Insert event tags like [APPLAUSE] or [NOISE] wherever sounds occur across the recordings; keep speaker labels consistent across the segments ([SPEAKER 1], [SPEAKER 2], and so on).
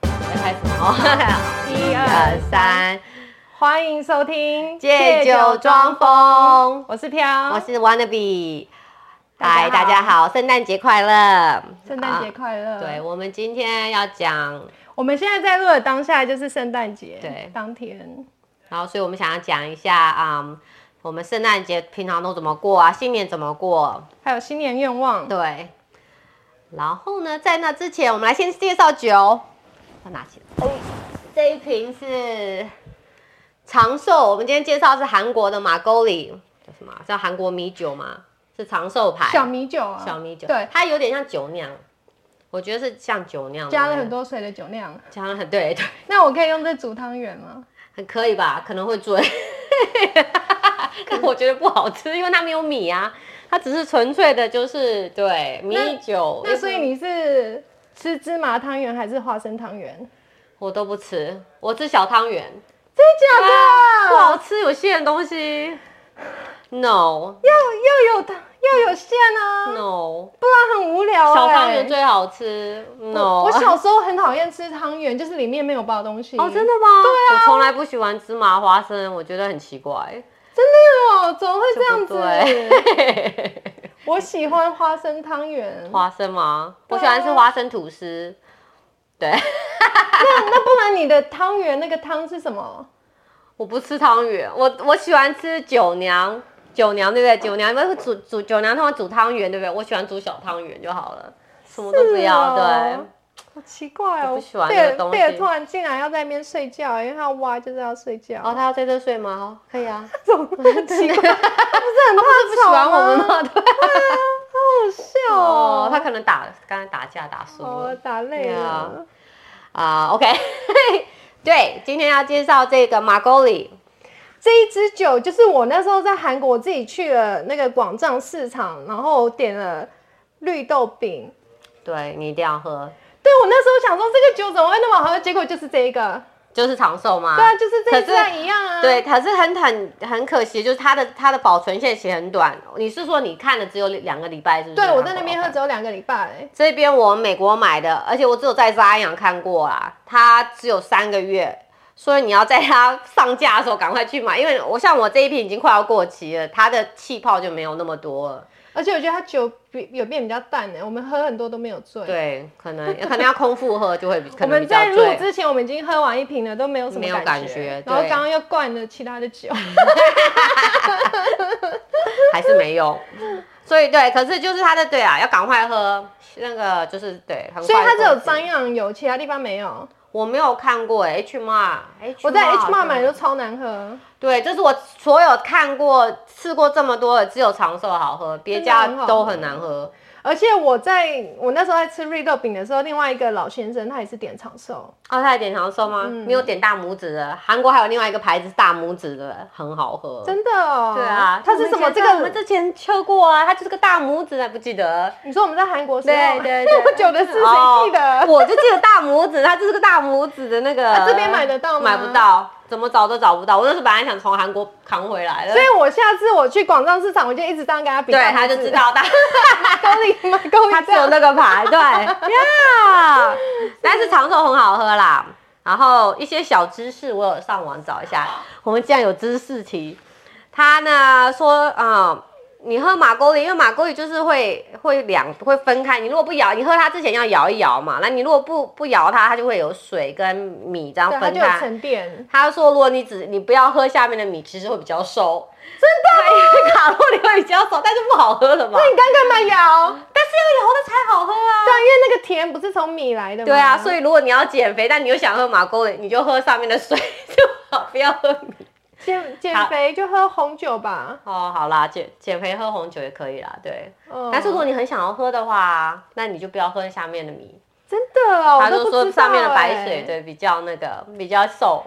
[SPEAKER 1] 开
[SPEAKER 2] [LAUGHS]
[SPEAKER 1] 始嘛，哦，
[SPEAKER 2] 一
[SPEAKER 1] 一二，三，
[SPEAKER 2] 欢迎收听《
[SPEAKER 1] 借酒装疯》，
[SPEAKER 2] 我是飘，
[SPEAKER 1] 我是 Wannabe，嗨，
[SPEAKER 2] 大
[SPEAKER 1] 大
[SPEAKER 2] 家
[SPEAKER 1] 家
[SPEAKER 2] 好
[SPEAKER 1] 好，圣诞节快乐，
[SPEAKER 2] 圣诞节
[SPEAKER 1] 啊。
[SPEAKER 2] 快乐！
[SPEAKER 1] 对，，我们今天要讲，
[SPEAKER 2] 我们现在在录的当下就是圣诞节，
[SPEAKER 1] 对
[SPEAKER 2] 当天
[SPEAKER 1] 然后所以我们想要讲一下啊、嗯我们圣诞节平常都怎么过啊，新年怎么过？
[SPEAKER 2] 还有新年愿望，
[SPEAKER 1] 对。然后呢，在那之前，我们来先介绍酒。我拿起
[SPEAKER 2] 哎
[SPEAKER 1] 来。哦，这一瓶是长寿。我们今天介绍是韩国的马沟里，叫什么啊？叫韩国米酒嘛，是长寿牌
[SPEAKER 2] 小米酒啊，
[SPEAKER 1] 小米酒。
[SPEAKER 2] 对，
[SPEAKER 1] 它有点像酒酿，我觉得是像酒酿的。
[SPEAKER 2] 加了很，多水的酒酿。
[SPEAKER 1] 加了很对对，
[SPEAKER 2] 那我可以用这煮汤圆吗？
[SPEAKER 1] 很可以吧？可能会醉，但我觉得不好吃，因为它没有米啊，它只是纯粹的，就是对米
[SPEAKER 2] 那
[SPEAKER 1] 酒。
[SPEAKER 2] 那所以你是吃芝麻汤圆还是花生汤圆？
[SPEAKER 1] 我都不吃，我吃小汤圆，
[SPEAKER 2] 真的假
[SPEAKER 1] 不
[SPEAKER 2] 的？
[SPEAKER 1] 好吃有馅的东西。No
[SPEAKER 2] [LAUGHS] 又又有汤又有馅啊，
[SPEAKER 1] No，
[SPEAKER 2] 不然很无聊、
[SPEAKER 1] 嗯
[SPEAKER 2] 欸。
[SPEAKER 1] 小汤圆最好哦吃。
[SPEAKER 2] 我
[SPEAKER 1] No，
[SPEAKER 2] 我小时候很讨厌吃汤圆，就是里面没有包东西。
[SPEAKER 1] 哦，真的吗？对啊，我从来不喜欢芝麻花生，我觉得很奇怪。
[SPEAKER 2] 哦，怎么会这
[SPEAKER 1] 这
[SPEAKER 2] 样
[SPEAKER 1] 不
[SPEAKER 2] 子？欸我喜欢花生汤圆，
[SPEAKER 1] 花生吗？我
[SPEAKER 2] 对啊
[SPEAKER 1] 喜欢吃花生吐司。对， [LAUGHS]
[SPEAKER 2] 那不然你的汤圆那个汤是什么？
[SPEAKER 1] 我不吃汤圆，我我喜欢吃酒娘。酒娘对不对？酒娘因为煮煮酒娘，他们煮汤圆对不对？我喜欢煮小汤圆就好了，什么都不要。
[SPEAKER 2] 是哦
[SPEAKER 1] 对，
[SPEAKER 2] 好奇怪
[SPEAKER 1] 我
[SPEAKER 2] 哦
[SPEAKER 1] 不喜，欢那个
[SPEAKER 2] 贝尔
[SPEAKER 1] 东西
[SPEAKER 2] 贝尔突然进来要在那边睡觉，欸因为他挖就是要睡觉。
[SPEAKER 1] 哦，他要在这睡吗？哦，可以
[SPEAKER 2] [LAUGHS]
[SPEAKER 1] 啊。
[SPEAKER 2] 怎么会很奇怪？他不是很怕
[SPEAKER 1] 不喜欢我们
[SPEAKER 2] 吵
[SPEAKER 1] 吗？
[SPEAKER 2] 吗？
[SPEAKER 1] 对。
[SPEAKER 2] 好笑
[SPEAKER 1] 哦
[SPEAKER 2] 哦，，
[SPEAKER 1] 他可能打刚才打架打输
[SPEAKER 2] 哦
[SPEAKER 1] 了
[SPEAKER 2] 打累了。
[SPEAKER 1] 啊、OK，对，今天要介绍这个马沟里，
[SPEAKER 2] 这一支酒就是我那时候在韩国，我自己去了那个广藏市场，然后点了绿豆饼。
[SPEAKER 1] 对你一定要喝，
[SPEAKER 2] 对我那时候想说这个酒怎么会那么好喝，结果就是这一个。
[SPEAKER 1] 就是长寿吗？
[SPEAKER 2] 对啊，就是这一支
[SPEAKER 1] 啊可
[SPEAKER 2] 啊
[SPEAKER 1] 是
[SPEAKER 2] 一样啊。
[SPEAKER 1] 对，可是很很很可惜，就是它的它的保存限期很短。你是说你看了只有两个礼拜，是不是？
[SPEAKER 2] 对，我在那边喝
[SPEAKER 1] 酒。
[SPEAKER 2] 只有两个礼拜，
[SPEAKER 1] 这边我美国买的，而且我只有在扎阳看过啦，它只有三个月，所以你要在它上架的时候赶快去买，因为我像我这一瓶已经快要过期了，它的气泡就没有那么多了。
[SPEAKER 2] 而且我觉得它酒比有变比较淡欸呢，我们喝很多都没有醉。，
[SPEAKER 1] 对，可能 [LAUGHS] 可能要空腹喝就会比
[SPEAKER 2] 我
[SPEAKER 1] 可能
[SPEAKER 2] 们
[SPEAKER 1] 比较
[SPEAKER 2] 在录
[SPEAKER 1] 醉。
[SPEAKER 2] 之前我们已经喝完一瓶了，都没有什么
[SPEAKER 1] 没有感觉
[SPEAKER 2] 然后
[SPEAKER 1] 对
[SPEAKER 2] 刚刚又灌了其他
[SPEAKER 1] [LAUGHS]
[SPEAKER 2] 的酒，
[SPEAKER 1] 还是没有。所以对，可是就是它的对啊，要赶快喝，那个就是对，很
[SPEAKER 2] 所以
[SPEAKER 1] 快
[SPEAKER 2] 它只有
[SPEAKER 1] 过期
[SPEAKER 2] 张漾有，其他地方没有。
[SPEAKER 1] 我没有看过哎、H Mart，
[SPEAKER 2] 我在 H
[SPEAKER 1] Mart 好
[SPEAKER 2] m
[SPEAKER 1] 像
[SPEAKER 2] a 买都超难喝，
[SPEAKER 1] 对，这是我所有看过、吃过这么多的，只有长寿好喝，别家
[SPEAKER 2] 真的很好喝
[SPEAKER 1] 都很难喝。
[SPEAKER 2] 而且我在我那时候在吃绿豆饼的时候，另外一个老先生他也是点长寿，
[SPEAKER 1] 哦，他还点长寿吗？
[SPEAKER 2] 嗯
[SPEAKER 1] 你有点大拇指的，韩国还有另外一个牌子是大拇指的，很好喝。
[SPEAKER 2] 真的哦。
[SPEAKER 1] 对啊，
[SPEAKER 2] 他是什么？这
[SPEAKER 1] 我
[SPEAKER 2] 个
[SPEAKER 1] 们之前喝过啊，它就是个大拇指的，不记得。
[SPEAKER 2] 你说我们在韩国时
[SPEAKER 1] 对
[SPEAKER 2] 候，
[SPEAKER 1] 对对，
[SPEAKER 2] [LAUGHS] 喝酒的事谁记得？
[SPEAKER 1] 哦我就记得大拇指，它就是个大拇指的那个。
[SPEAKER 2] 啊这边买得到吗
[SPEAKER 1] 买不到，怎么找都找不到。我那时候本来想从韩国扛回来的，
[SPEAKER 2] 所以我下次我去广藏市场，我就一直这样跟他比，
[SPEAKER 1] 对他就知道大。
[SPEAKER 2] 高丽吗？高
[SPEAKER 1] 它
[SPEAKER 2] 丽
[SPEAKER 1] 只有那个牌，对呀。但是长寿很好喝啦。然后一些小知识，我有上网找一下。我们竟然有知识题，他呢说，嗯，你喝马沟里，因为马沟里就是会会两会分开。你如果不摇，你喝它之前要摇一摇嘛。那你如果不不摇它，它就会有水跟米这样
[SPEAKER 2] 对，它
[SPEAKER 1] 分
[SPEAKER 2] 就有
[SPEAKER 1] 开。
[SPEAKER 2] 沉淀。
[SPEAKER 1] 他说，如果你只你不要喝下面的米，其实会比较瘦。真的，卡路里会比较少，但是不好喝了嘛。
[SPEAKER 2] 那你刚干嘛摇？
[SPEAKER 1] 但是要摇的才好喝啊。
[SPEAKER 2] 对啊，因为那个甜不是从米来的吗？
[SPEAKER 1] 对啊，所以如果你要减肥，但你又想喝马沟的，你就喝上面的水 [LAUGHS] 就好，不要喝米。
[SPEAKER 2] 减减肥就喝红酒吧。
[SPEAKER 1] 哦，好啦，减减肥喝红酒也可以啦，对。
[SPEAKER 2] 嗯
[SPEAKER 1] 但是如果你很想要喝的话，那你就不要喝下面的米。
[SPEAKER 2] 真的哦，
[SPEAKER 1] 他
[SPEAKER 2] 我
[SPEAKER 1] 就
[SPEAKER 2] 都不
[SPEAKER 1] 说
[SPEAKER 2] 知道
[SPEAKER 1] 上面的白
[SPEAKER 2] 欸
[SPEAKER 1] 水，对比较那个比较瘦，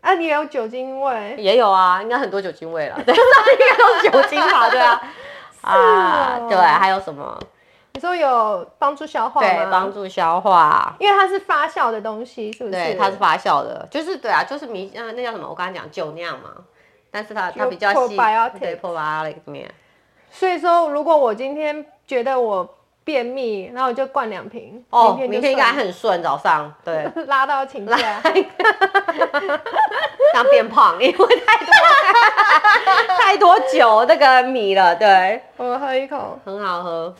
[SPEAKER 2] 啊，也有酒精味。
[SPEAKER 1] 也有啊，应该很多酒精 [LAUGHS] 味了，对，上面应该都是酒精吧，对 [LAUGHS] 啊。啊，对，还有什么？
[SPEAKER 2] 你说有帮助消化
[SPEAKER 1] 对，
[SPEAKER 2] 吗？
[SPEAKER 1] 帮，助消化。
[SPEAKER 2] 因为它是发酵的东西，是不是？
[SPEAKER 1] 对，它是发酵的，就是对啊，就是米，呃，那叫什么？我刚才讲酒酿嘛，但是它它比较细，
[SPEAKER 2] probiotic
[SPEAKER 1] 对 probiotic 里面，
[SPEAKER 2] 所以说，如果我今天觉得我便秘，然后我就灌两瓶。
[SPEAKER 1] 哦，
[SPEAKER 2] 就
[SPEAKER 1] 明天应该很顺，早上对， [LAUGHS]
[SPEAKER 2] 顺 [LAUGHS] 拉到请假。
[SPEAKER 1] 这样变胖，因为太多太多 [LAUGHS] 酒那个米了，对，
[SPEAKER 2] 我喝一口，
[SPEAKER 1] 很好喝。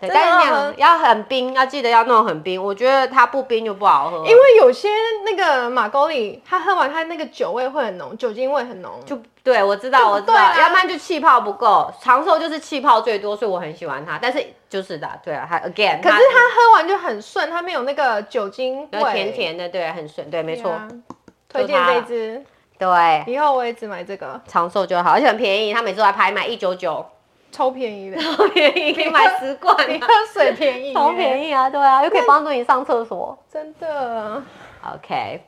[SPEAKER 1] 对
[SPEAKER 2] 真的
[SPEAKER 1] 但是
[SPEAKER 2] 好
[SPEAKER 1] 那
[SPEAKER 2] 喝
[SPEAKER 1] 样要很冰，要记得要弄很冰。我觉得它不冰就不好喝，
[SPEAKER 2] 因为有些那个马沟里，他喝完他那个酒味会很浓，酒精味很浓。
[SPEAKER 1] 就对我知道，
[SPEAKER 2] 就
[SPEAKER 1] 我
[SPEAKER 2] 不
[SPEAKER 1] 知道，
[SPEAKER 2] 对啊啦
[SPEAKER 1] 要不然就气泡不够。长寿就是气泡最多，所以我很喜欢它。但是就是的，对啊，还 again，
[SPEAKER 2] 可是它喝完就很顺，它没有那个酒精
[SPEAKER 1] 然后
[SPEAKER 2] 味，
[SPEAKER 1] 甜甜的，对，很顺，对，没
[SPEAKER 2] 对
[SPEAKER 1] 错，
[SPEAKER 2] 啊。推荐这一支，
[SPEAKER 1] 对，
[SPEAKER 2] 以后我也只买这个，
[SPEAKER 1] 长寿就好，而且很便宜，它每次都来拍卖一九九， [LAUGHS]
[SPEAKER 2] 超便宜的，
[SPEAKER 1] 好便宜，可以买十罐啊，
[SPEAKER 2] 比喝水便宜，
[SPEAKER 1] 好便
[SPEAKER 2] 宜，
[SPEAKER 1] 宜啊，对啊，又可以帮助你上厕所。
[SPEAKER 2] 真的。
[SPEAKER 1] OK，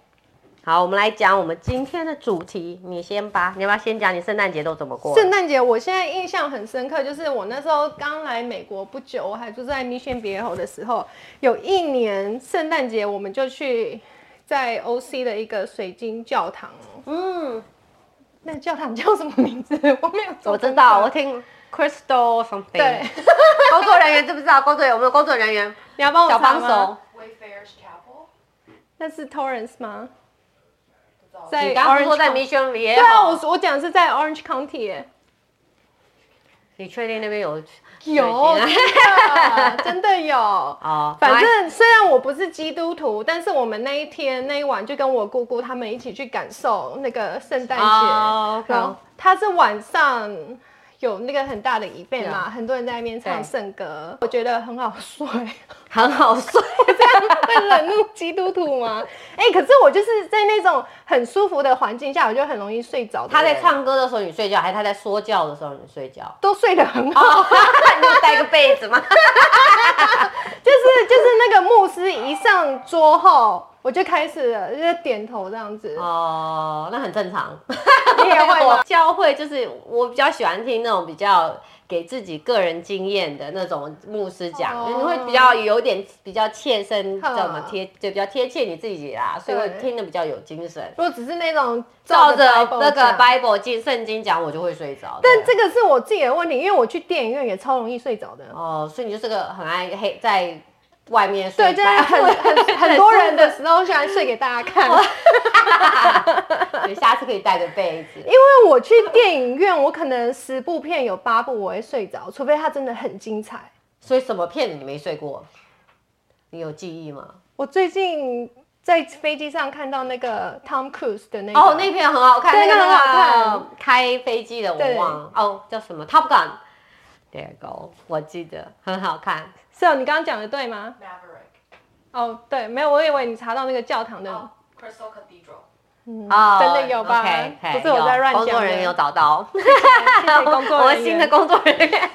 [SPEAKER 1] 好，我们来讲我们今天的主题，你先吧，你要不要先讲你圣诞节都怎么过？
[SPEAKER 2] 圣诞节我现在印象很深刻，就是我那时候刚来美国不久，我还住在 Mission 别后的时候，有一年圣诞节我们就去在 OC 的一个水晶教堂哦，
[SPEAKER 1] 嗯，
[SPEAKER 2] 那教堂叫什么名字？我没有做功课，
[SPEAKER 1] 我知道，我听 Crystal something，
[SPEAKER 2] 对，
[SPEAKER 1] 工作人员知不知道？工作人员，我们有工作人员
[SPEAKER 2] 你要帮我
[SPEAKER 1] 哦小
[SPEAKER 2] 查
[SPEAKER 1] 帮
[SPEAKER 2] 吗
[SPEAKER 1] 手，
[SPEAKER 3] Wayfarers Chapel，
[SPEAKER 2] 那是 Torrance 吗？在
[SPEAKER 1] 你刚刚说在
[SPEAKER 2] Orange
[SPEAKER 1] Mission 也
[SPEAKER 2] 对啊，我
[SPEAKER 1] 好，
[SPEAKER 2] 说我讲的是在 Orange County，耶
[SPEAKER 1] 你确定那边有水晶
[SPEAKER 2] 有
[SPEAKER 1] 啊？
[SPEAKER 2] 真的真的
[SPEAKER 1] [LAUGHS]
[SPEAKER 2] 有。
[SPEAKER 1] 哦，
[SPEAKER 2] 反
[SPEAKER 1] 来
[SPEAKER 2] 正虽然我不是基督徒，但是我们那一天那一晚就跟我姑姑他们一起去感受那个圣诞节。
[SPEAKER 1] 哦，OK
[SPEAKER 2] 然后他是晚上有那个很大的一遍嘛，
[SPEAKER 1] 对
[SPEAKER 2] 很多人在那边唱
[SPEAKER 1] 对
[SPEAKER 2] 圣歌，我觉得很好
[SPEAKER 1] [LAUGHS]
[SPEAKER 2] 睡。
[SPEAKER 1] 很好睡， [LAUGHS]
[SPEAKER 2] 会冷怒基督徒吗？哎、可是我就是在那种很舒服的环境下，我就很容易睡着的
[SPEAKER 1] 他在
[SPEAKER 2] 人
[SPEAKER 1] 唱歌的时候你睡觉，还是他在说教的时候你睡 [LAUGHS] 觉？
[SPEAKER 2] 都睡得很好。
[SPEAKER 1] 哦，你有带个被子吗？
[SPEAKER 2] [LAUGHS] 就是就是那个牧师一上桌后，我就开始了就是点头这样子。
[SPEAKER 1] [LAUGHS] 哦，那很正常。
[SPEAKER 2] 你也会
[SPEAKER 1] [LAUGHS]
[SPEAKER 2] 吗？
[SPEAKER 1] 教会就是我比较喜欢听那种比较给自己个人经验的那种牧师讲，
[SPEAKER 2] 哦
[SPEAKER 1] 你会比较有点比较切身，
[SPEAKER 2] 哼
[SPEAKER 1] 怎么贴对比较贴切你自己啦，所以会听得比较有精神。
[SPEAKER 2] 如果只是那种
[SPEAKER 1] 照着那个
[SPEAKER 2] Bible 讲
[SPEAKER 1] Bible 经圣经讲，我就会睡着。
[SPEAKER 2] 但
[SPEAKER 1] 对
[SPEAKER 2] 这个是我自己的问题，因为我去电影院也超容易睡着的。
[SPEAKER 1] 哦，所以你就是个很爱黑在外面睡，
[SPEAKER 2] 对，就是
[SPEAKER 1] [LAUGHS]
[SPEAKER 2] 很很很多人的时候，喜欢睡给大家看。
[SPEAKER 1] 所 [LAUGHS] 以下次可以带个被子。
[SPEAKER 2] 因为我去电影院，我可能十部片有八部我会睡着，除非它真的很精彩。
[SPEAKER 1] 所以什么片子你没睡过？你有记忆吗？
[SPEAKER 2] 我最近在飞机上看到那个 Tom Cruise 的那个，
[SPEAKER 1] 哦，那片很好看，
[SPEAKER 2] 对那个很好。
[SPEAKER 1] 开飞机的我
[SPEAKER 2] 对
[SPEAKER 1] 忘了，哦，叫什么 Top Gun。There you go，我记得很好看。
[SPEAKER 2] 是哦，你刚刚讲的对吗？
[SPEAKER 3] Maverick，
[SPEAKER 2] 哦，对，没有，我以为你查到那个教堂的，
[SPEAKER 3] 哦，Crystal Cathedral，
[SPEAKER 1] 哦，
[SPEAKER 2] 嗯真的有吧
[SPEAKER 1] OK，
[SPEAKER 2] 不是我在乱
[SPEAKER 1] 工作
[SPEAKER 2] 讲
[SPEAKER 1] 人员
[SPEAKER 2] 的
[SPEAKER 1] 有找到，
[SPEAKER 2] [LAUGHS] 谢谢工作
[SPEAKER 1] [LAUGHS]
[SPEAKER 2] 人员。
[SPEAKER 1] 我新的工作人员。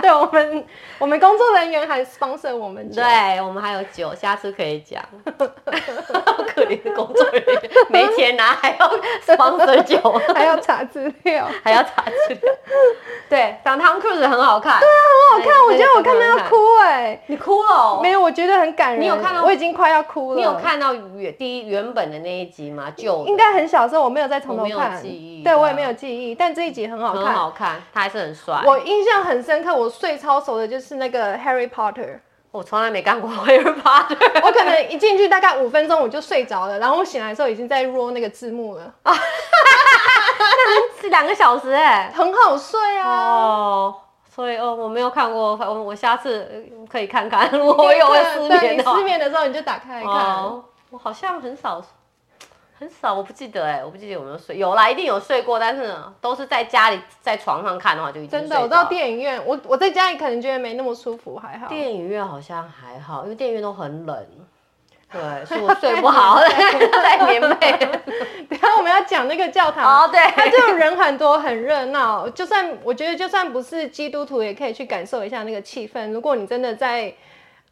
[SPEAKER 2] 对我们，我们工作人员还 sponsor 我们。，
[SPEAKER 1] 对我们还有酒，下次可以讲。好可怜的工作人员，没钱拿还要 sponsor 酒， [LAUGHS]
[SPEAKER 2] 还要查资料。
[SPEAKER 1] 还要查资料。对，长汤 cruise 很好看。对
[SPEAKER 2] 很好看，我觉得我看到要，哭哎、
[SPEAKER 1] 你哭了哦。
[SPEAKER 2] 没有，我觉得很感人。
[SPEAKER 1] 你有看到
[SPEAKER 2] 我已经快要哭了。
[SPEAKER 1] 你有？看到原第一原本的那一集吗？旧的
[SPEAKER 2] 应该很小的时候，我没有再从
[SPEAKER 1] 我
[SPEAKER 2] 头
[SPEAKER 1] 没有
[SPEAKER 2] 看。
[SPEAKER 1] 记忆
[SPEAKER 2] 对
[SPEAKER 1] 的
[SPEAKER 2] 我也没有记忆，但这一集很好看。
[SPEAKER 1] 很好看，他还是很帅。
[SPEAKER 2] 我印象很深刻，我睡超熟的就是那个
[SPEAKER 1] [LAUGHS]
[SPEAKER 2] Harry Potter，
[SPEAKER 1] 我从来没看过《Harry [LAUGHS] Potter》
[SPEAKER 2] 我可能一进去大概五分钟我就睡着了，然后我醒来的时候已经在 roll 那个字幕了，
[SPEAKER 1] 是两个小时哎、
[SPEAKER 2] 很好睡啊。
[SPEAKER 1] 哦，所以哦，我没有看过，我我下次呃可以看看。如果我有会哦失
[SPEAKER 2] 对
[SPEAKER 1] 眠
[SPEAKER 2] 你
[SPEAKER 1] 的话
[SPEAKER 2] 失眠的时候你就打开来看。
[SPEAKER 1] 哦，我好像很少。很少，我不记得哎、我不记得有没有睡，有啦，一定有睡过，但是呢，都是在家里在床上看的话就已经
[SPEAKER 2] 真
[SPEAKER 1] 睡
[SPEAKER 2] 的，
[SPEAKER 1] 着
[SPEAKER 2] 我到电影院，我我在家里可能觉得没那么舒服，还好。 [LAUGHS]
[SPEAKER 1] 电影院好像还好，因为电影院都很冷，对，所以我睡不 [LAUGHS] 好，太棉被。
[SPEAKER 2] 然后我们要讲那个教堂，
[SPEAKER 1] 哦，对，
[SPEAKER 2] 它就啊人很多，很热闹。就算我觉得，就算不是基督徒，也可以去感受一下那个气氛。如果你真的在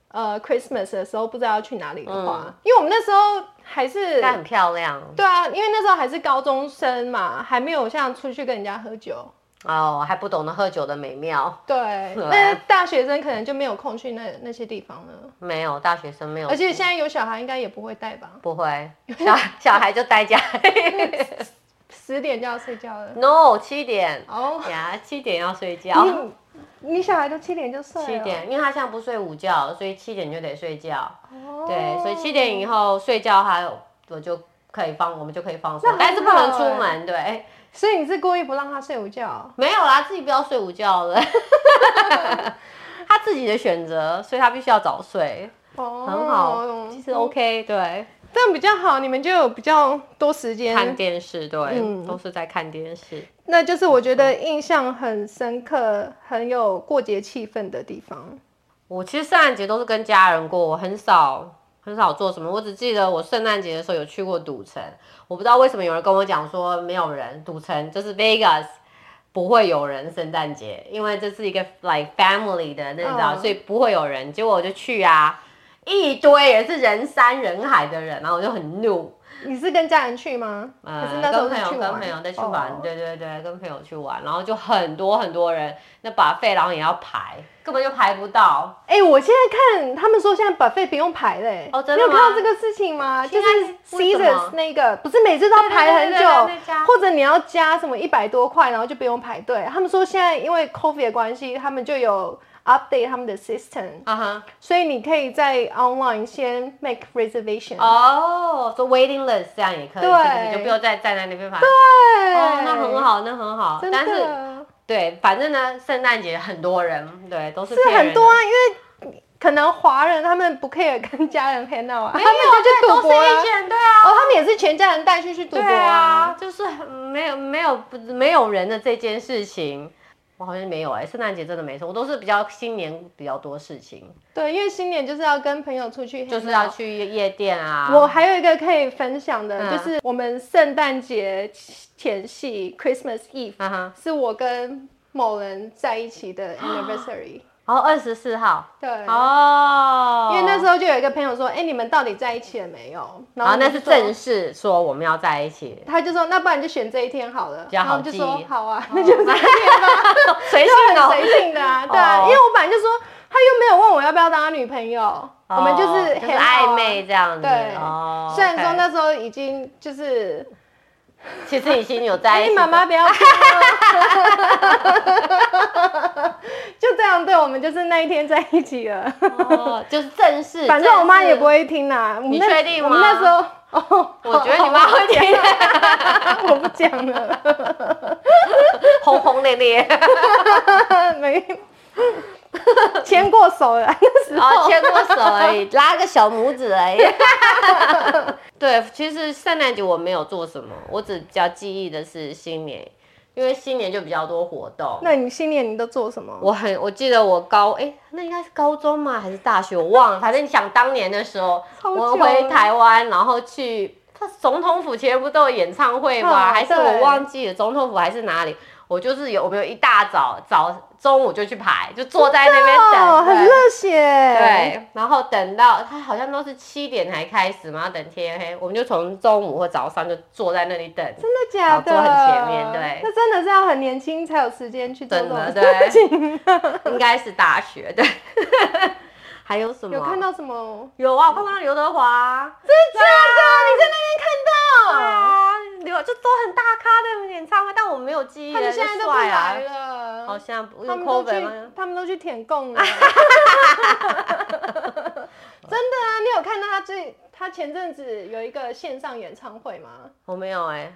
[SPEAKER 2] 呃 Christmas 的时候不知道要去哪里的话，
[SPEAKER 1] 嗯
[SPEAKER 2] 因为我们那时候还是
[SPEAKER 1] [LAUGHS] 但很漂亮
[SPEAKER 2] 对啊，因为那时候还是高中生嘛，还没有像出去跟人家喝酒。
[SPEAKER 1] 哦，还不懂得喝酒的美妙，
[SPEAKER 2] 对，
[SPEAKER 1] 啊
[SPEAKER 2] 那大学生可能就没有空去那那些地方了。
[SPEAKER 1] 没有大学生没有，
[SPEAKER 2] 而且现在有小孩，应该也不会带吧？
[SPEAKER 1] 不会，小小孩就待家里
[SPEAKER 2] 十点就要睡觉了。
[SPEAKER 1] 嗯，no，七点
[SPEAKER 2] 哦、
[SPEAKER 1] 呀，七点要睡觉，
[SPEAKER 2] 嗯你小孩都七点就睡了？
[SPEAKER 1] 七点，因为他现在不睡午觉，所以七点就得睡觉。
[SPEAKER 2] 哦。
[SPEAKER 1] 对，所以七点以后睡觉，还我就可以放，我们就可以放松
[SPEAKER 2] 那，很
[SPEAKER 1] 但是不能
[SPEAKER 2] 好
[SPEAKER 1] 出
[SPEAKER 2] 欸
[SPEAKER 1] 门。对，哎
[SPEAKER 2] 所以你是故意不让他睡午觉？
[SPEAKER 1] 没有啦，自己不要睡午觉
[SPEAKER 2] [LAUGHS]
[SPEAKER 1] 了。他自己的选择，所以他必须要早睡，
[SPEAKER 2] 哦，
[SPEAKER 1] 很好，其实 OK，对，
[SPEAKER 2] 但比较好，你们就有比较多时
[SPEAKER 1] 看
[SPEAKER 2] 间。
[SPEAKER 1] 电视，对，
[SPEAKER 2] 嗯
[SPEAKER 1] 都是在看电视。
[SPEAKER 2] 那就是我觉得印象很深刻、很有过节气氛的地方。
[SPEAKER 1] 我其实圣诞节都是跟家人过，我很少很少做什么。我只记得我圣诞节的时候有去过赌城，我不知道为什么有人跟我讲说没有人，赌城就是 Vegas 不会有人圣诞节，因为这是一个 like family 的那种，
[SPEAKER 2] 嗯
[SPEAKER 1] 所以不会有人。结果我就去啊，一堆也是人山人海的人，然后我就很怒。
[SPEAKER 2] 你是跟家人去吗？还是
[SPEAKER 1] 呃，
[SPEAKER 2] 那时候
[SPEAKER 1] 跟
[SPEAKER 2] 是
[SPEAKER 1] 朋友
[SPEAKER 2] 去
[SPEAKER 1] 跟
[SPEAKER 2] 玩
[SPEAKER 1] 朋友再去玩，
[SPEAKER 2] 哦
[SPEAKER 1] 对对对，跟朋友去玩，然后就很多很多人，那把费然后也要排，根本就排不到。
[SPEAKER 2] 哎、我现在看他们说现在把费不用排嘞、
[SPEAKER 1] 哦真
[SPEAKER 2] 你
[SPEAKER 1] 的
[SPEAKER 2] 有看到
[SPEAKER 1] 吗
[SPEAKER 2] 这个事情吗？就
[SPEAKER 1] 现
[SPEAKER 2] 是
[SPEAKER 1] 在为什么
[SPEAKER 2] Seasons 那个，不是每次都要排很
[SPEAKER 1] 对对对对对
[SPEAKER 2] 久
[SPEAKER 1] 加，
[SPEAKER 2] 或者你要加什么一百多块，然后就不用排队。他们说现在因为 COVID 的关系，他们就有 update 他们的 system，
[SPEAKER 1] 啊哈，
[SPEAKER 2] 所以你可以在 online 先 make reservation。
[SPEAKER 1] 哦，做 waiting list 这样也可以，
[SPEAKER 2] 对
[SPEAKER 1] 就是你就不用再站在那边排。对，
[SPEAKER 2] 对，
[SPEAKER 1] 哦，那很，好，那很好。
[SPEAKER 2] 真的
[SPEAKER 1] 但是对，反正呢，圣诞节很多人，对，都是
[SPEAKER 2] 是
[SPEAKER 1] 骗人
[SPEAKER 2] 很
[SPEAKER 1] 的
[SPEAKER 2] 多啊，因为。可能华人他们不 care 跟家人 hang out 啊，他
[SPEAKER 1] 没
[SPEAKER 2] 们
[SPEAKER 1] 有，
[SPEAKER 2] 就去赌
[SPEAKER 1] 对
[SPEAKER 2] 博
[SPEAKER 1] 都是
[SPEAKER 2] 啊
[SPEAKER 1] 一。群，对啊。
[SPEAKER 2] 哦，他们也是全家人带去去赌博
[SPEAKER 1] 对啊，就是很没有没有不没有人的这件事情，我好像没有哎、圣诞节真的没什么，我都是比较新年比较多事情，
[SPEAKER 2] 对，因为新年就是要跟朋友出去，
[SPEAKER 1] 就是要。去夜店啊。
[SPEAKER 2] 我还有一个可以分享的，
[SPEAKER 1] 嗯
[SPEAKER 2] 就是我们圣诞节前夕 （Christmas Eve）、
[SPEAKER 1] 啊哈，
[SPEAKER 2] 是我跟某人在一
[SPEAKER 1] [GASPS]
[SPEAKER 2] 起的 anniversary。
[SPEAKER 1] 然后哦二十四号
[SPEAKER 2] 对，
[SPEAKER 1] 哦，
[SPEAKER 2] 因为那时候就有一个朋友说：“哎、你们到底在一起了没有？”
[SPEAKER 1] 然
[SPEAKER 2] 然
[SPEAKER 1] 后
[SPEAKER 2] 我
[SPEAKER 1] 那
[SPEAKER 2] 们就是说
[SPEAKER 1] 正。式说我们要在一起，
[SPEAKER 2] 他就说：“那不然就选这一天好了。”
[SPEAKER 1] 比较
[SPEAKER 2] 然后
[SPEAKER 1] 好
[SPEAKER 2] 我们就
[SPEAKER 1] 记
[SPEAKER 2] 说：“好啊， [LAUGHS] 那就这
[SPEAKER 1] [LAUGHS]
[SPEAKER 2] 一天吧。
[SPEAKER 1] 随性
[SPEAKER 2] 就
[SPEAKER 1] 哦
[SPEAKER 2] 很随性
[SPEAKER 1] [LAUGHS]
[SPEAKER 2] 的啊，对啊，
[SPEAKER 1] 哦
[SPEAKER 2] 因为我本来就说他又没有问我要不要当他女朋友，我们就是
[SPEAKER 1] 哦就是
[SPEAKER 2] hang out 啊
[SPEAKER 1] 暧昧这样子。
[SPEAKER 2] 对
[SPEAKER 1] 哦
[SPEAKER 2] 虽然说
[SPEAKER 1] OK
[SPEAKER 2] 那时候已经就是，
[SPEAKER 1] 其实已经有在一
[SPEAKER 2] 哎，
[SPEAKER 1] 起，
[SPEAKER 2] 妈妈不要听啊哦 [LAUGHS] 就这样，对我们就是那一天在一起了。
[SPEAKER 1] 哦就是正式。
[SPEAKER 2] 反正我妈也不
[SPEAKER 1] 会，
[SPEAKER 2] 会听啦。我们
[SPEAKER 1] 你
[SPEAKER 2] 那
[SPEAKER 1] 确定吗
[SPEAKER 2] 我们那时候。 [LAUGHS] 哦，
[SPEAKER 1] 我觉得你妈会听，
[SPEAKER 2] 我不讲了，
[SPEAKER 1] 轰轰烈烈，
[SPEAKER 2] [LAUGHS] 没牵过手了， [LAUGHS] 那时
[SPEAKER 1] 然
[SPEAKER 2] 候
[SPEAKER 1] 哦后牵过手而
[SPEAKER 2] [LAUGHS]
[SPEAKER 1] 已，拉个小拇指而已。对，其实圣诞节我没有做什么，我只比较记忆的是新年，因为新年就比较多活动。
[SPEAKER 2] 那你新年你都做什么？
[SPEAKER 1] 我很，我记得我高，哎、那应该是高中吗？还是大学？我忘了。反正你想当年的时候，
[SPEAKER 2] 超久
[SPEAKER 1] 我回台湾，然后去他总统府前不都有演唱会吗？
[SPEAKER 2] 嗯
[SPEAKER 1] 还是
[SPEAKER 2] 对
[SPEAKER 1] 我忘记了总统府还是哪里？我就是有，我们有一大早早中午就去排，就坐在那边
[SPEAKER 2] 哦，
[SPEAKER 1] 等。
[SPEAKER 2] 很
[SPEAKER 1] 对
[SPEAKER 2] 热血。对，
[SPEAKER 1] 对，然后等到他好像都是七点才开始嘛，要等天黑，我们就从中午或早上就坐在那里等。
[SPEAKER 2] 真的假的？
[SPEAKER 1] 然后坐哦很前面对
[SPEAKER 2] 那真的是要很年轻才有时间去做这
[SPEAKER 1] 真
[SPEAKER 2] 种
[SPEAKER 1] 的
[SPEAKER 2] 事情。
[SPEAKER 1] 对，应该是大学对。 [LAUGHS] 还有什么？
[SPEAKER 2] 有看到什么？
[SPEAKER 1] 有啊，我看到刘德华，真
[SPEAKER 2] 真的，你在那边看到？
[SPEAKER 1] 啊，刘就都很大咖的演唱会，但我没有记忆
[SPEAKER 2] 他
[SPEAKER 1] 了，
[SPEAKER 2] 们现在都
[SPEAKER 1] 就
[SPEAKER 2] 不
[SPEAKER 1] 帅
[SPEAKER 2] 来
[SPEAKER 1] 啊。
[SPEAKER 2] 了，
[SPEAKER 1] 好像不
[SPEAKER 2] 他
[SPEAKER 1] 用
[SPEAKER 2] 们都
[SPEAKER 1] COVID
[SPEAKER 2] 去
[SPEAKER 1] 吗，？
[SPEAKER 2] 他们都去舔
[SPEAKER 1] [LAUGHS]
[SPEAKER 2] 供了。真的啊，你有看到他最他前阵子有一个线上演唱会吗？
[SPEAKER 1] 我没有哎、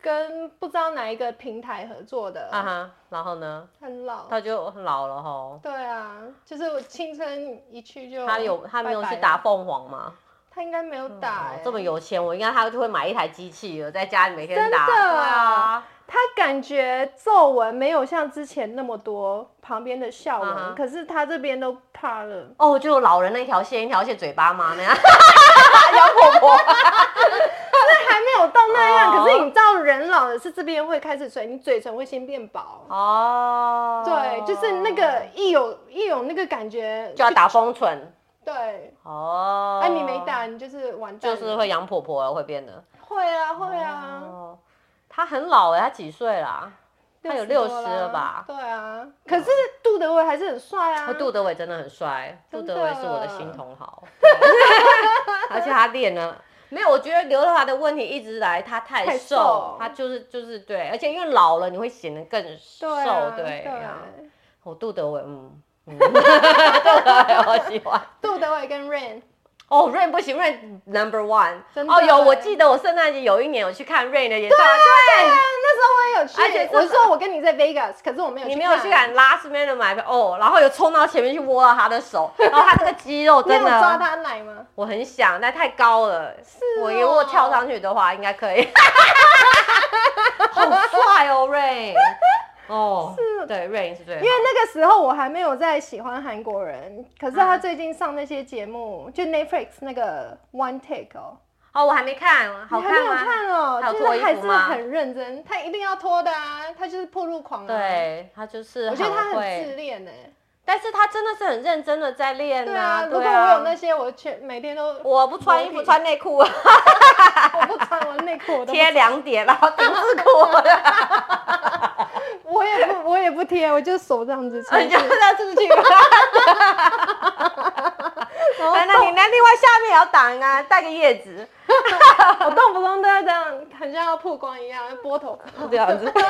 [SPEAKER 2] 跟不知道哪一个平台合作的，
[SPEAKER 1] 啊哈，然后呢，
[SPEAKER 2] 很老。
[SPEAKER 1] 他就老了吼。
[SPEAKER 2] 对啊，就是我青春一去就
[SPEAKER 1] 他有他没有
[SPEAKER 2] 哦拜
[SPEAKER 1] 去
[SPEAKER 2] 拜
[SPEAKER 1] 打凤凰吗？
[SPEAKER 2] 他应该没有打、欸
[SPEAKER 1] 哦这么有钱，我应该他就会买一台机器了，在家里每天打。
[SPEAKER 2] 真的
[SPEAKER 1] 对啊，
[SPEAKER 2] 他感觉皱纹没有像之前那么多，旁边的笑纹，
[SPEAKER 1] 啊
[SPEAKER 2] 可是他这边都塌了。
[SPEAKER 1] 哦，就有老人那条线，一条线嘴巴嘛那样。
[SPEAKER 2] 还没有到那样，
[SPEAKER 1] 哦
[SPEAKER 2] 可是你知道人老了是这边会开始垂，你嘴唇会先变薄。
[SPEAKER 1] [LAUGHS] 哦，
[SPEAKER 2] 对，就是那个一有一有那个感觉，
[SPEAKER 1] 就要打封唇。
[SPEAKER 2] 对。
[SPEAKER 1] 哦，
[SPEAKER 2] 哎、你没，打，你就是完蛋
[SPEAKER 1] 就
[SPEAKER 2] 了。
[SPEAKER 1] 是会养婆婆了会变的。
[SPEAKER 2] 会啊，会啊。
[SPEAKER 1] 哦，他很老哎，他几岁啦？他有
[SPEAKER 2] 60
[SPEAKER 1] 60
[SPEAKER 2] 多啦
[SPEAKER 1] 了吧
[SPEAKER 2] 对啊，可是杜德伟还是很帅啊。
[SPEAKER 1] 哦杜德伟真的很帅，杜
[SPEAKER 2] 真的
[SPEAKER 1] 德伟是我的心头好，
[SPEAKER 2] [LAUGHS]
[SPEAKER 1] 而且他练了。没有，我觉得刘德华的问题一直来，他太瘦，
[SPEAKER 2] 太瘦
[SPEAKER 1] 他就是就是对，而且因为老了，你会显得更瘦，
[SPEAKER 2] 对啊，
[SPEAKER 1] 对
[SPEAKER 2] 对
[SPEAKER 1] 啊我杜德伟，嗯，嗯 [LAUGHS] 杜德伟我喜欢。
[SPEAKER 2] 杜德伟跟 Rain，
[SPEAKER 1] 哦，Rain 不行，Rain number one。
[SPEAKER 2] 真的
[SPEAKER 1] 哦，有，我记得我圣诞节有一年我去看 Rain 的演唱会，
[SPEAKER 2] 啊，那时候我也有去，
[SPEAKER 1] 而且这
[SPEAKER 2] 我是说我跟你在 Vegas，可是我没有啊
[SPEAKER 1] 对
[SPEAKER 2] 去，
[SPEAKER 1] 你没有去，看 last man 的买票哦，然后有冲到前面去握到他的
[SPEAKER 2] [LAUGHS]
[SPEAKER 1] 手，然后他那个肌肉
[SPEAKER 2] 你有
[SPEAKER 1] 真
[SPEAKER 2] 抓
[SPEAKER 1] 的，啊
[SPEAKER 2] 他奶吗？
[SPEAKER 1] 我很想，但太高了，
[SPEAKER 2] 哦
[SPEAKER 1] 我如果跳上去的话应该可
[SPEAKER 2] [LAUGHS]
[SPEAKER 1] 以。好帅哦，Rain。哦，对，Rain 是最好，
[SPEAKER 2] 因为那个时候我还没有在喜欢韩国人，可是
[SPEAKER 1] 嗯
[SPEAKER 2] 他最近上那些节目，就 Netflix 那个 One Take 哦，
[SPEAKER 1] 哦，我还没看，好
[SPEAKER 2] 你还
[SPEAKER 1] 看
[SPEAKER 2] 没有
[SPEAKER 1] 吗？
[SPEAKER 2] 看哦，
[SPEAKER 1] 还有
[SPEAKER 2] 就
[SPEAKER 1] 脱衣
[SPEAKER 2] 是
[SPEAKER 1] 服
[SPEAKER 2] 还是
[SPEAKER 1] 吗
[SPEAKER 2] 很认真，他一定要脱的啊，他就是破路狂啊。，
[SPEAKER 1] 对他就是，
[SPEAKER 2] 我觉得他很自
[SPEAKER 1] 会，
[SPEAKER 2] 恋哎、
[SPEAKER 1] 但是他真的是很认真的在练
[SPEAKER 2] 对
[SPEAKER 1] 啊
[SPEAKER 2] 啊，如果我有那些，我全每天都
[SPEAKER 1] 我不穿衣服，
[SPEAKER 2] 裸体
[SPEAKER 1] 穿内裤，
[SPEAKER 2] 我不穿我内裤，我都不
[SPEAKER 1] 贴两点，然后丁字裤，
[SPEAKER 2] 我也不我也不贴，我就手这样子
[SPEAKER 1] [LAUGHS]
[SPEAKER 2] 撑
[SPEAKER 1] 人
[SPEAKER 2] 住
[SPEAKER 1] 家。在出去。
[SPEAKER 2] [LAUGHS]
[SPEAKER 1] 啊那那你那另外下面也要挡啊，带个叶子
[SPEAKER 2] 我动不动都要这样，很像要曝光一样，要拨头发。
[SPEAKER 1] 这
[SPEAKER 2] [LAUGHS]
[SPEAKER 1] 样子。
[SPEAKER 2] 哦可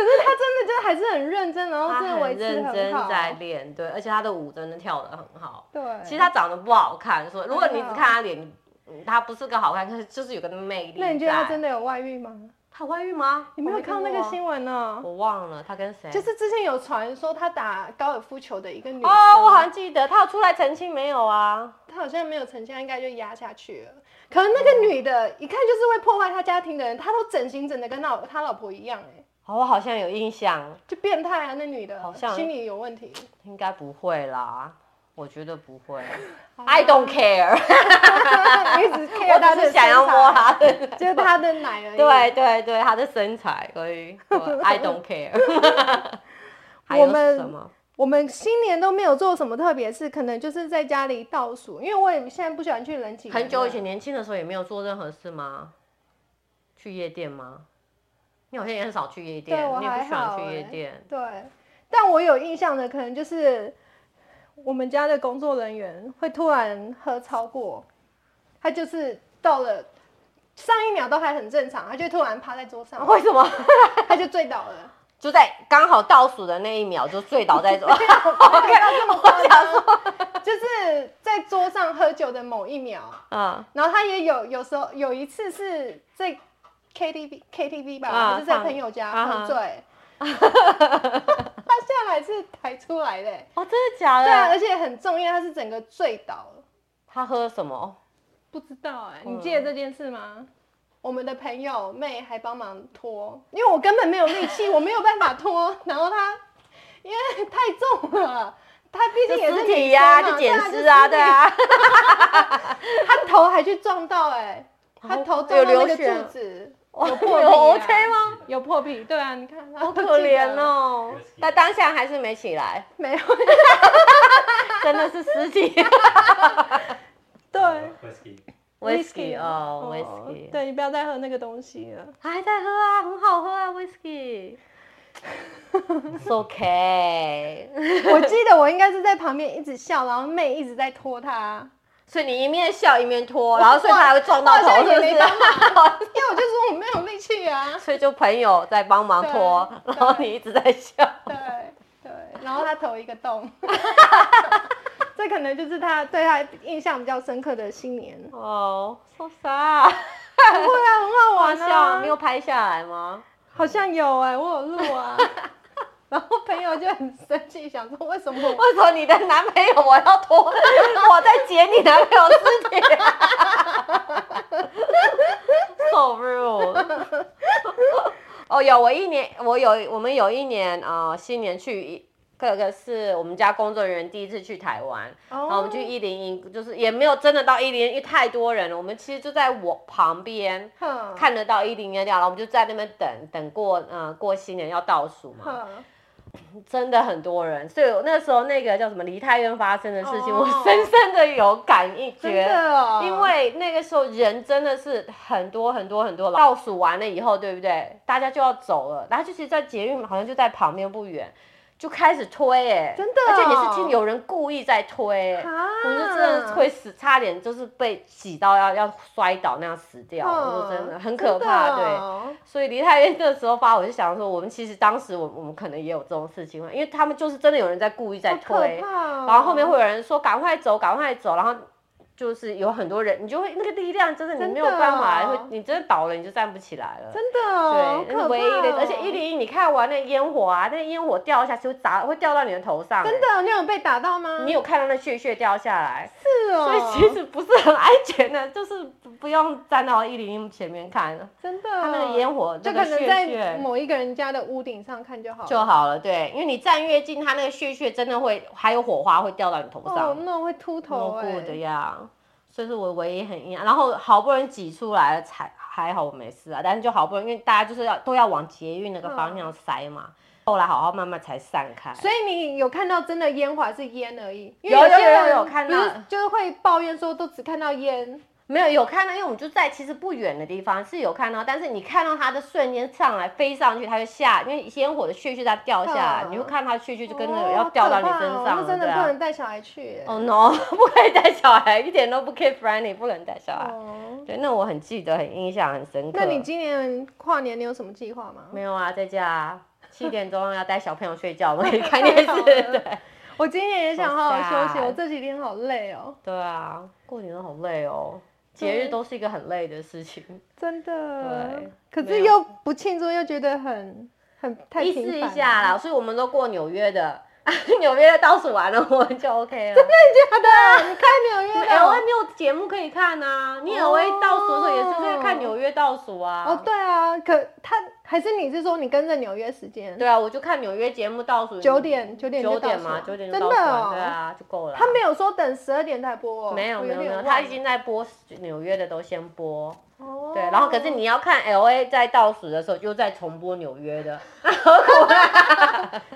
[SPEAKER 2] 是他真的就还是很认真，然后
[SPEAKER 1] 他
[SPEAKER 2] 真的维
[SPEAKER 1] 很
[SPEAKER 2] 持
[SPEAKER 1] 认
[SPEAKER 2] 很
[SPEAKER 1] 真
[SPEAKER 2] 好。
[SPEAKER 1] 在练，对，而且他的舞真的跳得很好。
[SPEAKER 2] 对，哎
[SPEAKER 1] 其实他长得不好看，说如果你
[SPEAKER 2] 真
[SPEAKER 1] 只
[SPEAKER 2] 的
[SPEAKER 1] 看他脸，嗯他不是个好看，可是就是有个魅力在。
[SPEAKER 2] 那你觉得他真的有外遇吗？
[SPEAKER 1] 他有外遇吗？
[SPEAKER 2] 你没有
[SPEAKER 1] 我
[SPEAKER 2] 看到那个
[SPEAKER 1] 过啊
[SPEAKER 2] 新闻呢？
[SPEAKER 1] 我忘了他跟谁。
[SPEAKER 2] 就是之前有传说他打高尔夫球的一个女生，
[SPEAKER 1] 哦，我好像记得他有出来澄清没有啊？
[SPEAKER 2] 他好像没有成家，应该就压下去了。可能那个女的，一看就是会破坏他家庭的人，她都整形整的跟老他老婆一样、哎，
[SPEAKER 1] 哦，我好像有印象，
[SPEAKER 2] 就变态啊！那女的
[SPEAKER 1] 好像
[SPEAKER 2] 心理有问题。
[SPEAKER 1] 应该不会啦，我觉得不
[SPEAKER 2] [LAUGHS]
[SPEAKER 1] 会。I don't care，
[SPEAKER 2] 一
[SPEAKER 1] [LAUGHS]
[SPEAKER 2] 直 care
[SPEAKER 1] 我
[SPEAKER 2] 她
[SPEAKER 1] 只
[SPEAKER 2] 的
[SPEAKER 1] 是想要
[SPEAKER 2] 身材
[SPEAKER 1] 摸，他的。
[SPEAKER 2] [LAUGHS] 就是她的奶而已。
[SPEAKER 1] [LAUGHS] 对，对对，他的身材，所以我
[SPEAKER 2] [LAUGHS]
[SPEAKER 1] I don't care。还有
[SPEAKER 2] 我们
[SPEAKER 1] 什么？
[SPEAKER 2] 我们新年都没有做什么特别事，可能就是在家里倒数，因为我也现在不喜欢去人挤啊人了。
[SPEAKER 1] 很久以前年轻的时候也没有做任何事吗？去夜店吗？你好像也很少去夜店
[SPEAKER 2] 对我，
[SPEAKER 1] 你也不
[SPEAKER 2] 还
[SPEAKER 1] 喜欢
[SPEAKER 2] 好
[SPEAKER 1] 去夜
[SPEAKER 2] 欸
[SPEAKER 1] 店。
[SPEAKER 2] 对，但我有印象的可能就是我们家的工作人员会突然喝超过，他就是到了上一秒都还很正常，他就突然趴在
[SPEAKER 1] [LAUGHS]
[SPEAKER 2] 桌上，
[SPEAKER 1] 为什么？
[SPEAKER 2] 他就醉倒了。
[SPEAKER 1] 就在刚好倒数的那一秒就醉倒
[SPEAKER 2] [LAUGHS]
[SPEAKER 1] 在桌。
[SPEAKER 2] 我看这
[SPEAKER 1] [LAUGHS]
[SPEAKER 2] 么夸张，就是在桌上喝酒的某一秒，
[SPEAKER 1] 嗯，
[SPEAKER 2] 然后他也有有时候有一次是在 KTV KTV 吧，
[SPEAKER 1] 啊
[SPEAKER 2] 还是在
[SPEAKER 1] 放
[SPEAKER 2] 朋友家
[SPEAKER 1] 啊
[SPEAKER 2] 喝
[SPEAKER 1] 哈
[SPEAKER 2] 醉，
[SPEAKER 1] [LAUGHS]
[SPEAKER 2] 他下来是抬出来的、
[SPEAKER 1] 哦，真的假的？
[SPEAKER 2] 对啊，而且很重要，他是整个醉倒了。
[SPEAKER 1] 他喝什么？
[SPEAKER 2] 不知道哎、
[SPEAKER 1] 嗯
[SPEAKER 2] 你记得这件事吗？我们的朋友妹还帮忙拖，因为我根本没有
[SPEAKER 1] [LAUGHS]
[SPEAKER 2] 力气，我没有办法拖。然后她因为太重了，她毕
[SPEAKER 1] 就
[SPEAKER 2] 竟也是
[SPEAKER 1] 尸
[SPEAKER 2] 女
[SPEAKER 1] 体
[SPEAKER 2] 生
[SPEAKER 1] 呀、
[SPEAKER 2] 嘛
[SPEAKER 1] 就捡尸
[SPEAKER 2] 对
[SPEAKER 1] 啊，
[SPEAKER 2] 啊，
[SPEAKER 1] 对啊，
[SPEAKER 2] 她头还去撞到哎、她头撞到
[SPEAKER 1] 哦
[SPEAKER 2] 那
[SPEAKER 1] 有流
[SPEAKER 2] 个
[SPEAKER 1] 血啊
[SPEAKER 2] 柱子，
[SPEAKER 1] 我
[SPEAKER 2] [LAUGHS] 有
[SPEAKER 1] 有
[SPEAKER 2] 破皮、啊
[SPEAKER 1] OK 吗？
[SPEAKER 2] 有破皮，对啊，你看，
[SPEAKER 1] [LAUGHS] 好
[SPEAKER 2] 好
[SPEAKER 1] 可怜，哦，但当下还是没起来，
[SPEAKER 2] [LAUGHS]
[SPEAKER 1] [LAUGHS]
[SPEAKER 2] 没有，
[SPEAKER 1] 真的是尸 [LAUGHS] 体。
[SPEAKER 2] 对
[SPEAKER 4] Whiskey.
[SPEAKER 1] whisky 哦，whisky，，
[SPEAKER 2] 对你不要再喝那个东西了。 [LAUGHS]
[SPEAKER 1] 他还在喝啊，很好喝啊，whisky。It's OK，
[SPEAKER 2] 我记得我应该是在旁边一直笑，然后妹一直在拖他，
[SPEAKER 1] [LAUGHS] 所以你一面笑一面拖，然后所以他还会撞到 [LAUGHS]
[SPEAKER 2] 我好
[SPEAKER 1] 头，
[SPEAKER 2] 像也
[SPEAKER 1] 是不
[SPEAKER 2] 没
[SPEAKER 1] 是？
[SPEAKER 2] 因为我就说我没有力气
[SPEAKER 1] [LAUGHS]
[SPEAKER 2] 啊。
[SPEAKER 1] 所以就朋友在帮忙拖，
[SPEAKER 2] 对
[SPEAKER 1] 然后你一直在笑。
[SPEAKER 2] 对对，然后他头一个洞， [LAUGHS] 这可能就是他对他印象比较深刻的新年。
[SPEAKER 1] [LAUGHS] 哦，so sad，
[SPEAKER 2] 不会啊，很好
[SPEAKER 1] 好
[SPEAKER 2] 玩啊，
[SPEAKER 1] 笑，没有拍下来吗？
[SPEAKER 2] 好像有哎、我有录
[SPEAKER 1] [LAUGHS]
[SPEAKER 2] 啊。然后朋友就很生气，想说为什么我
[SPEAKER 1] 为什么你的男朋友 [LAUGHS] 我要拖，我在解你男朋友尸体、so rude。哦，有我一年，我有我们有一年啊、呃新年去一个个是我们家工作人员第一次去台湾，
[SPEAKER 2] 哦
[SPEAKER 1] 然后我们去一零一，就是也没有真的到一零一，因为太多人了，我们其实就在我旁边。
[SPEAKER 2] 哼
[SPEAKER 1] 看得到一零一掉，然后我们就在那边等等过，嗯、过新年要倒数嘛，
[SPEAKER 2] 哼，
[SPEAKER 1] 真的很多人，所以我那时候那个叫什么梨泰院发生的事情，
[SPEAKER 2] 哦
[SPEAKER 1] 我深深的有感应，
[SPEAKER 2] 真
[SPEAKER 1] 觉
[SPEAKER 2] 的哦，
[SPEAKER 1] 因为那个时候人真的是很多很多很多，倒数完了以后，对不对？大家就要走了，然后就其实，在捷运好像就在旁边不远，就开始推哎、
[SPEAKER 2] 真的哦
[SPEAKER 1] 而且也是听有人故意在推、哎
[SPEAKER 2] 啊
[SPEAKER 1] 我就真的推死，差点就是被挤到要要摔倒那样死掉，我说
[SPEAKER 2] 嗯
[SPEAKER 1] 真的很可怕，
[SPEAKER 2] 真的
[SPEAKER 1] 对。
[SPEAKER 2] 哦
[SPEAKER 1] 所以梨泰院这个时候发，我就想说，我们其实当时我我们可能也有这种事情嘛，因为他们就是真的有人在故意在
[SPEAKER 2] 好可
[SPEAKER 1] 推，
[SPEAKER 2] 怕哦。
[SPEAKER 1] 然后后面会有人说赶快走，赶快走，然后就是有很多人，你就会那个力量真的你没有
[SPEAKER 2] 真的
[SPEAKER 1] 办法，会
[SPEAKER 2] 哦
[SPEAKER 1] 你真的倒了你就站不起来了。
[SPEAKER 2] 真的哦，
[SPEAKER 1] 对，那是
[SPEAKER 2] 好可
[SPEAKER 1] 唯一的，
[SPEAKER 2] 怕哦
[SPEAKER 1] 而且一零一你看完那烟火啊，那烟火掉下去会砸，会掉到你的头上、
[SPEAKER 2] 真的，你有被打到吗？
[SPEAKER 1] 欸，你有看到那血血掉下来，
[SPEAKER 2] 是哦，
[SPEAKER 1] 所以其实不是很安全的，就是不不用站到一零一前面看了，
[SPEAKER 2] 真的，哦
[SPEAKER 1] 它那个烟火
[SPEAKER 2] 就
[SPEAKER 1] 这
[SPEAKER 2] 可
[SPEAKER 1] 个血
[SPEAKER 2] 能
[SPEAKER 1] 血
[SPEAKER 2] 在某一个人家的屋顶上看就好了。
[SPEAKER 1] 就好了，对，因为你站越近，它那个血血真的会，还有火花会掉到你头上。
[SPEAKER 2] 哦，那会秃
[SPEAKER 1] 蘑
[SPEAKER 2] 头哎、
[SPEAKER 1] 菇的呀，所以是我唯一很印象。然后好不容易挤出来了，才还好我没事啊，但是就好不容易，因为大家就是要都要往捷运那个方向塞嘛，后来好好慢慢才散开。
[SPEAKER 2] 所以你有看到真的烟花还是烟而已，因为
[SPEAKER 1] 有
[SPEAKER 2] 些
[SPEAKER 1] 有有
[SPEAKER 2] 人
[SPEAKER 1] 有看
[SPEAKER 2] 不是
[SPEAKER 1] 到
[SPEAKER 2] 就是会抱怨说都只看到烟，
[SPEAKER 1] 没有有看到，因为我们就在其实不远的地方是有看到，但是你看到它的瞬间上来飞上去，它就下，因为烟火的血血它掉下来，
[SPEAKER 2] 嗯
[SPEAKER 1] 你会看它血血就跟着
[SPEAKER 2] 哦
[SPEAKER 1] 要掉到你身
[SPEAKER 2] 好
[SPEAKER 1] 上
[SPEAKER 2] 可怕哦
[SPEAKER 1] 了，
[SPEAKER 2] 那真的
[SPEAKER 1] 对
[SPEAKER 2] 不
[SPEAKER 1] 啊。
[SPEAKER 2] 能带小孩去、欸。
[SPEAKER 1] 哦、no，不 [LAUGHS] 可以带小孩，一点都不 kid friendly，不能带小孩。
[SPEAKER 2] 哦，
[SPEAKER 1] 对，那我很记得，很印象很深刻。
[SPEAKER 2] 那你今年跨年你有什么计划吗？
[SPEAKER 1] 没有啊，在家
[SPEAKER 2] [LAUGHS]
[SPEAKER 1] 啊，七点钟要带小朋友睡觉，我们可以看电
[SPEAKER 2] 哦
[SPEAKER 1] 视。 [LAUGHS] 对
[SPEAKER 2] 我今年也想好好休息，
[SPEAKER 1] 好 sad
[SPEAKER 2] 我这几天好累哦，
[SPEAKER 1] 对啊，过年都好累哦，节日都是一个很累的事情。
[SPEAKER 2] 真的
[SPEAKER 1] 对。
[SPEAKER 2] 可
[SPEAKER 1] 没
[SPEAKER 2] 是
[SPEAKER 1] 有
[SPEAKER 2] 又不庆祝，又觉得很很太
[SPEAKER 1] 意
[SPEAKER 2] 频
[SPEAKER 1] 思
[SPEAKER 2] 繁
[SPEAKER 1] 一
[SPEAKER 2] 了
[SPEAKER 1] 下啦，所以我们都过纽约的， [LAUGHS] 纽约的倒数完了，我们就 OK 了。
[SPEAKER 2] 真的，你看纽约的
[SPEAKER 1] L A 啊没有节目可以看啊，你 L A 倒数的时候也是在看纽约倒数啊。
[SPEAKER 2] 哦哦，对啊，可他还是你是说你跟着纽约时间？
[SPEAKER 1] 对啊，我就看纽约节目倒数
[SPEAKER 2] 九点九点就
[SPEAKER 1] 九点
[SPEAKER 2] 到
[SPEAKER 1] 嘛，
[SPEAKER 2] 手
[SPEAKER 1] 九点就倒
[SPEAKER 2] 真的
[SPEAKER 1] 数完，
[SPEAKER 2] 哦，
[SPEAKER 1] 对啊，就够了啊。
[SPEAKER 2] 他没有说等十二点才播、哦，
[SPEAKER 1] 没有
[SPEAKER 2] 我
[SPEAKER 1] 没有没
[SPEAKER 2] 点
[SPEAKER 1] 有，
[SPEAKER 2] 忘
[SPEAKER 1] 他
[SPEAKER 2] 了
[SPEAKER 1] 已经在播纽约的都先播。
[SPEAKER 2] 哦，
[SPEAKER 1] 对，然后可是你要看 L A 在倒数的时候，又在重播纽约的，何苦呢？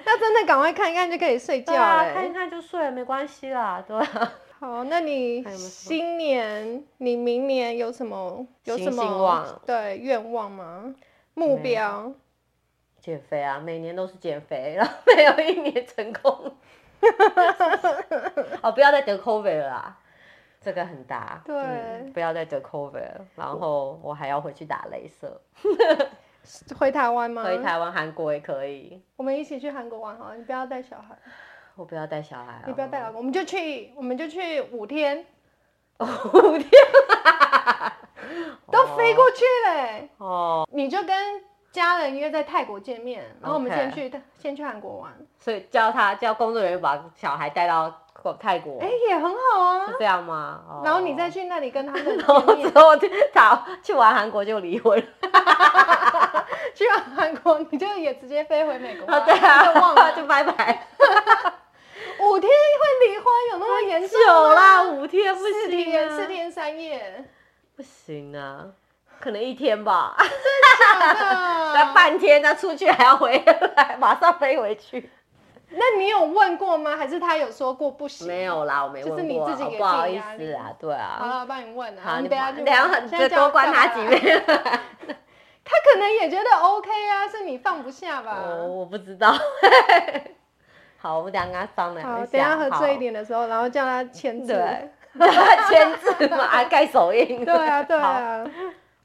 [SPEAKER 2] 那真的赶快看一看就可以睡觉
[SPEAKER 1] 对
[SPEAKER 2] 了、欸
[SPEAKER 1] 啊，看一看就睡了，没关系啦，对啊。
[SPEAKER 2] 好，那你
[SPEAKER 1] 还有没有什么
[SPEAKER 2] 新年你明年有什么有
[SPEAKER 1] 新
[SPEAKER 2] 什么
[SPEAKER 1] 兴旺
[SPEAKER 2] 对愿望吗？目
[SPEAKER 1] 没
[SPEAKER 2] 标？
[SPEAKER 1] [LAUGHS] 减肥啊，每年都是减肥，然后没有一年成功。哦，不要再得 COVID 了啦，这个很大。嗯
[SPEAKER 2] 对
[SPEAKER 1] 不要再得 COVID 了。然后我还要回去打镭射，
[SPEAKER 2] 回台湾吗？
[SPEAKER 1] 回。台湾、韩国也可以。
[SPEAKER 2] 我们一起去韩国玩好了，你不要带小孩，
[SPEAKER 1] 我不要带小孩、啊，
[SPEAKER 2] 你不要带老公，我们就去，我们就去五天，
[SPEAKER 1] [LAUGHS] 五天
[SPEAKER 2] 都飞过去嘞、
[SPEAKER 1] 哦，
[SPEAKER 2] 你就跟家人约在泰国见面，然后我们
[SPEAKER 1] OK
[SPEAKER 2] 先去先去韩国玩，
[SPEAKER 1] 所以叫他叫工作人员把小孩带到泰国。
[SPEAKER 2] 哎、也很好啊。
[SPEAKER 1] 是这样吗？哦
[SPEAKER 2] 然后你再，去那里跟他
[SPEAKER 1] [LAUGHS]
[SPEAKER 2] 们
[SPEAKER 1] 然后
[SPEAKER 2] 见
[SPEAKER 1] 之
[SPEAKER 2] 面，
[SPEAKER 1] 后他去完韩国就离婚了，
[SPEAKER 2] 去完韩国你就也直接飞回美国
[SPEAKER 1] 啊
[SPEAKER 2] 啊，
[SPEAKER 1] 对啊，
[SPEAKER 2] 就忘了
[SPEAKER 1] 就拜拜，
[SPEAKER 2] 五天会离婚，有那么严
[SPEAKER 1] [LAUGHS]
[SPEAKER 2] 重
[SPEAKER 1] 久啦，
[SPEAKER 2] [LAUGHS] 吗？
[SPEAKER 1] 五天不
[SPEAKER 2] 四
[SPEAKER 1] 行
[SPEAKER 2] 天
[SPEAKER 1] 啊，
[SPEAKER 2] 四天三夜，
[SPEAKER 1] [LAUGHS] 不行啊，可能一天吧，
[SPEAKER 2] 啊
[SPEAKER 1] 那
[SPEAKER 2] 那
[SPEAKER 1] 半天，那出去还要回来，马上飞回去。
[SPEAKER 2] 那你有问过吗？还是他有说过不行？
[SPEAKER 1] 没。有啦，我没问
[SPEAKER 2] 就是你
[SPEAKER 1] 过，
[SPEAKER 2] 自己
[SPEAKER 1] 好
[SPEAKER 2] 给
[SPEAKER 1] 不好
[SPEAKER 2] 自己
[SPEAKER 1] 意
[SPEAKER 2] 压力
[SPEAKER 1] 思啊，对
[SPEAKER 2] 好
[SPEAKER 1] 啊，
[SPEAKER 2] 了，我帮你问
[SPEAKER 1] 好，
[SPEAKER 2] 啊，
[SPEAKER 1] 你
[SPEAKER 2] 你等一下
[SPEAKER 1] 把
[SPEAKER 2] 去
[SPEAKER 1] 等
[SPEAKER 2] 问。
[SPEAKER 1] 下很
[SPEAKER 2] 现
[SPEAKER 1] 多
[SPEAKER 2] 在叫他
[SPEAKER 1] 多观察
[SPEAKER 2] 干
[SPEAKER 1] 几
[SPEAKER 2] 嘛啦。
[SPEAKER 1] 遍。
[SPEAKER 2] 他可能也觉得 OK 啊，是你放不下吧？
[SPEAKER 1] [LAUGHS] 我我不知道。好，我们等一下跟他商量
[SPEAKER 2] 好，
[SPEAKER 1] 一下。
[SPEAKER 2] 等一下喝醉一点的时候，然后叫他签字。
[SPEAKER 1] 对好， [LAUGHS] 签字嘛， [LAUGHS] 啊盖手印。
[SPEAKER 2] 对啊，对
[SPEAKER 1] 好
[SPEAKER 2] 啊。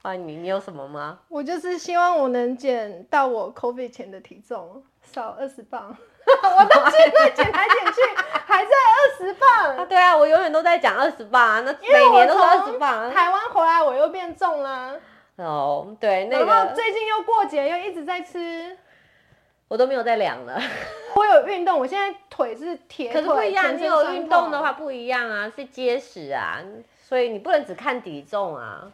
[SPEAKER 1] 啊，你你有什么吗？
[SPEAKER 2] 我就是希望我能减到我 COVID 前的体重，少二十磅。我到现在减来减去，还在二
[SPEAKER 1] [LAUGHS]
[SPEAKER 2] 十
[SPEAKER 1] 啊，
[SPEAKER 2] 磅。
[SPEAKER 1] 对啊，我永远都在讲二十磅啊，那
[SPEAKER 2] 因为
[SPEAKER 1] 每年
[SPEAKER 2] 我
[SPEAKER 1] 都是
[SPEAKER 2] 从
[SPEAKER 1] 二十磅啊。
[SPEAKER 2] 台湾回来我又变重啦，
[SPEAKER 1] 哦，对，那
[SPEAKER 2] 然后
[SPEAKER 1] 个
[SPEAKER 2] 最近又过节，又一直在吃。
[SPEAKER 1] 我都没有在量了。
[SPEAKER 2] 我有运动，我现在腿是铁
[SPEAKER 1] 可
[SPEAKER 2] 腿，
[SPEAKER 1] 是不一样，
[SPEAKER 2] 全
[SPEAKER 1] 你
[SPEAKER 2] 身
[SPEAKER 1] 有
[SPEAKER 2] 酸
[SPEAKER 1] 运
[SPEAKER 2] 痛啊
[SPEAKER 1] 动的话，不一样啊，是结实啊，所以你不能只看体重啊。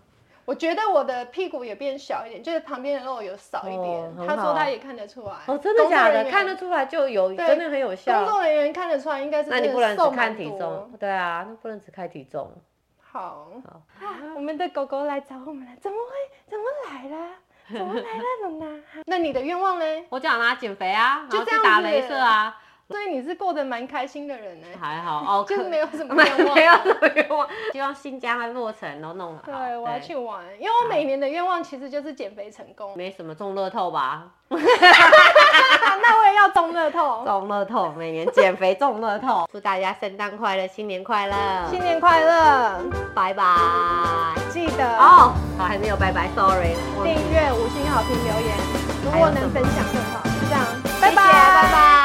[SPEAKER 2] 我觉得我的屁股也变小一点，就是旁边的肉有少一
[SPEAKER 1] 哦
[SPEAKER 2] 点。
[SPEAKER 1] 很
[SPEAKER 2] 他
[SPEAKER 1] 好
[SPEAKER 2] 说他也看得出来。
[SPEAKER 1] 哦，真的假的？看
[SPEAKER 2] 看
[SPEAKER 1] 得
[SPEAKER 2] 得
[SPEAKER 1] 出来就有，
[SPEAKER 2] 对
[SPEAKER 1] 真的很有
[SPEAKER 2] 工
[SPEAKER 1] 效。
[SPEAKER 2] 作人员看得出来，应该是
[SPEAKER 1] 那你
[SPEAKER 2] 真
[SPEAKER 1] 不
[SPEAKER 2] 的
[SPEAKER 1] 能
[SPEAKER 2] 瘦
[SPEAKER 1] 只看
[SPEAKER 2] 蛮
[SPEAKER 1] 体
[SPEAKER 2] 多
[SPEAKER 1] 重，对啊，那不能只看体重。
[SPEAKER 2] 好
[SPEAKER 1] 好，
[SPEAKER 2] 啊我们的狗狗来找我们了，怎么会？怎么来了？
[SPEAKER 1] [LAUGHS]
[SPEAKER 2] 怎么来了呢？那你的愿望呢？
[SPEAKER 1] 我讲啦，减肥啊，然
[SPEAKER 2] 就
[SPEAKER 1] 后去
[SPEAKER 2] 这样
[SPEAKER 1] 打
[SPEAKER 2] 子
[SPEAKER 1] 镭射啊，
[SPEAKER 2] 所以你是过得蛮开心的人呢、
[SPEAKER 1] 还好哦，
[SPEAKER 2] 就
[SPEAKER 1] 可
[SPEAKER 2] 没有什么
[SPEAKER 1] [LAUGHS] 没
[SPEAKER 2] 愿望。
[SPEAKER 1] 没有什么愿望，希望新疆和落成都弄好。
[SPEAKER 2] 对，我要去玩，因为我每年的愿望其实就是减肥成功。
[SPEAKER 1] 没什么中乐透吧？
[SPEAKER 2] 那那我也要中乐透，
[SPEAKER 1] 中乐透，每年减肥中乐透。祝大家圣诞快乐，新年快乐，
[SPEAKER 2] 新年快乐！
[SPEAKER 1] 拜拜。
[SPEAKER 2] 记得
[SPEAKER 1] 哦，好，还没有拜拜，sorry。我
[SPEAKER 2] 订阅、五星好评、留言，如
[SPEAKER 1] 还有
[SPEAKER 2] 果
[SPEAKER 1] 什
[SPEAKER 2] 能
[SPEAKER 1] 么
[SPEAKER 2] 分享更好。就这样，
[SPEAKER 1] 谢谢拜拜。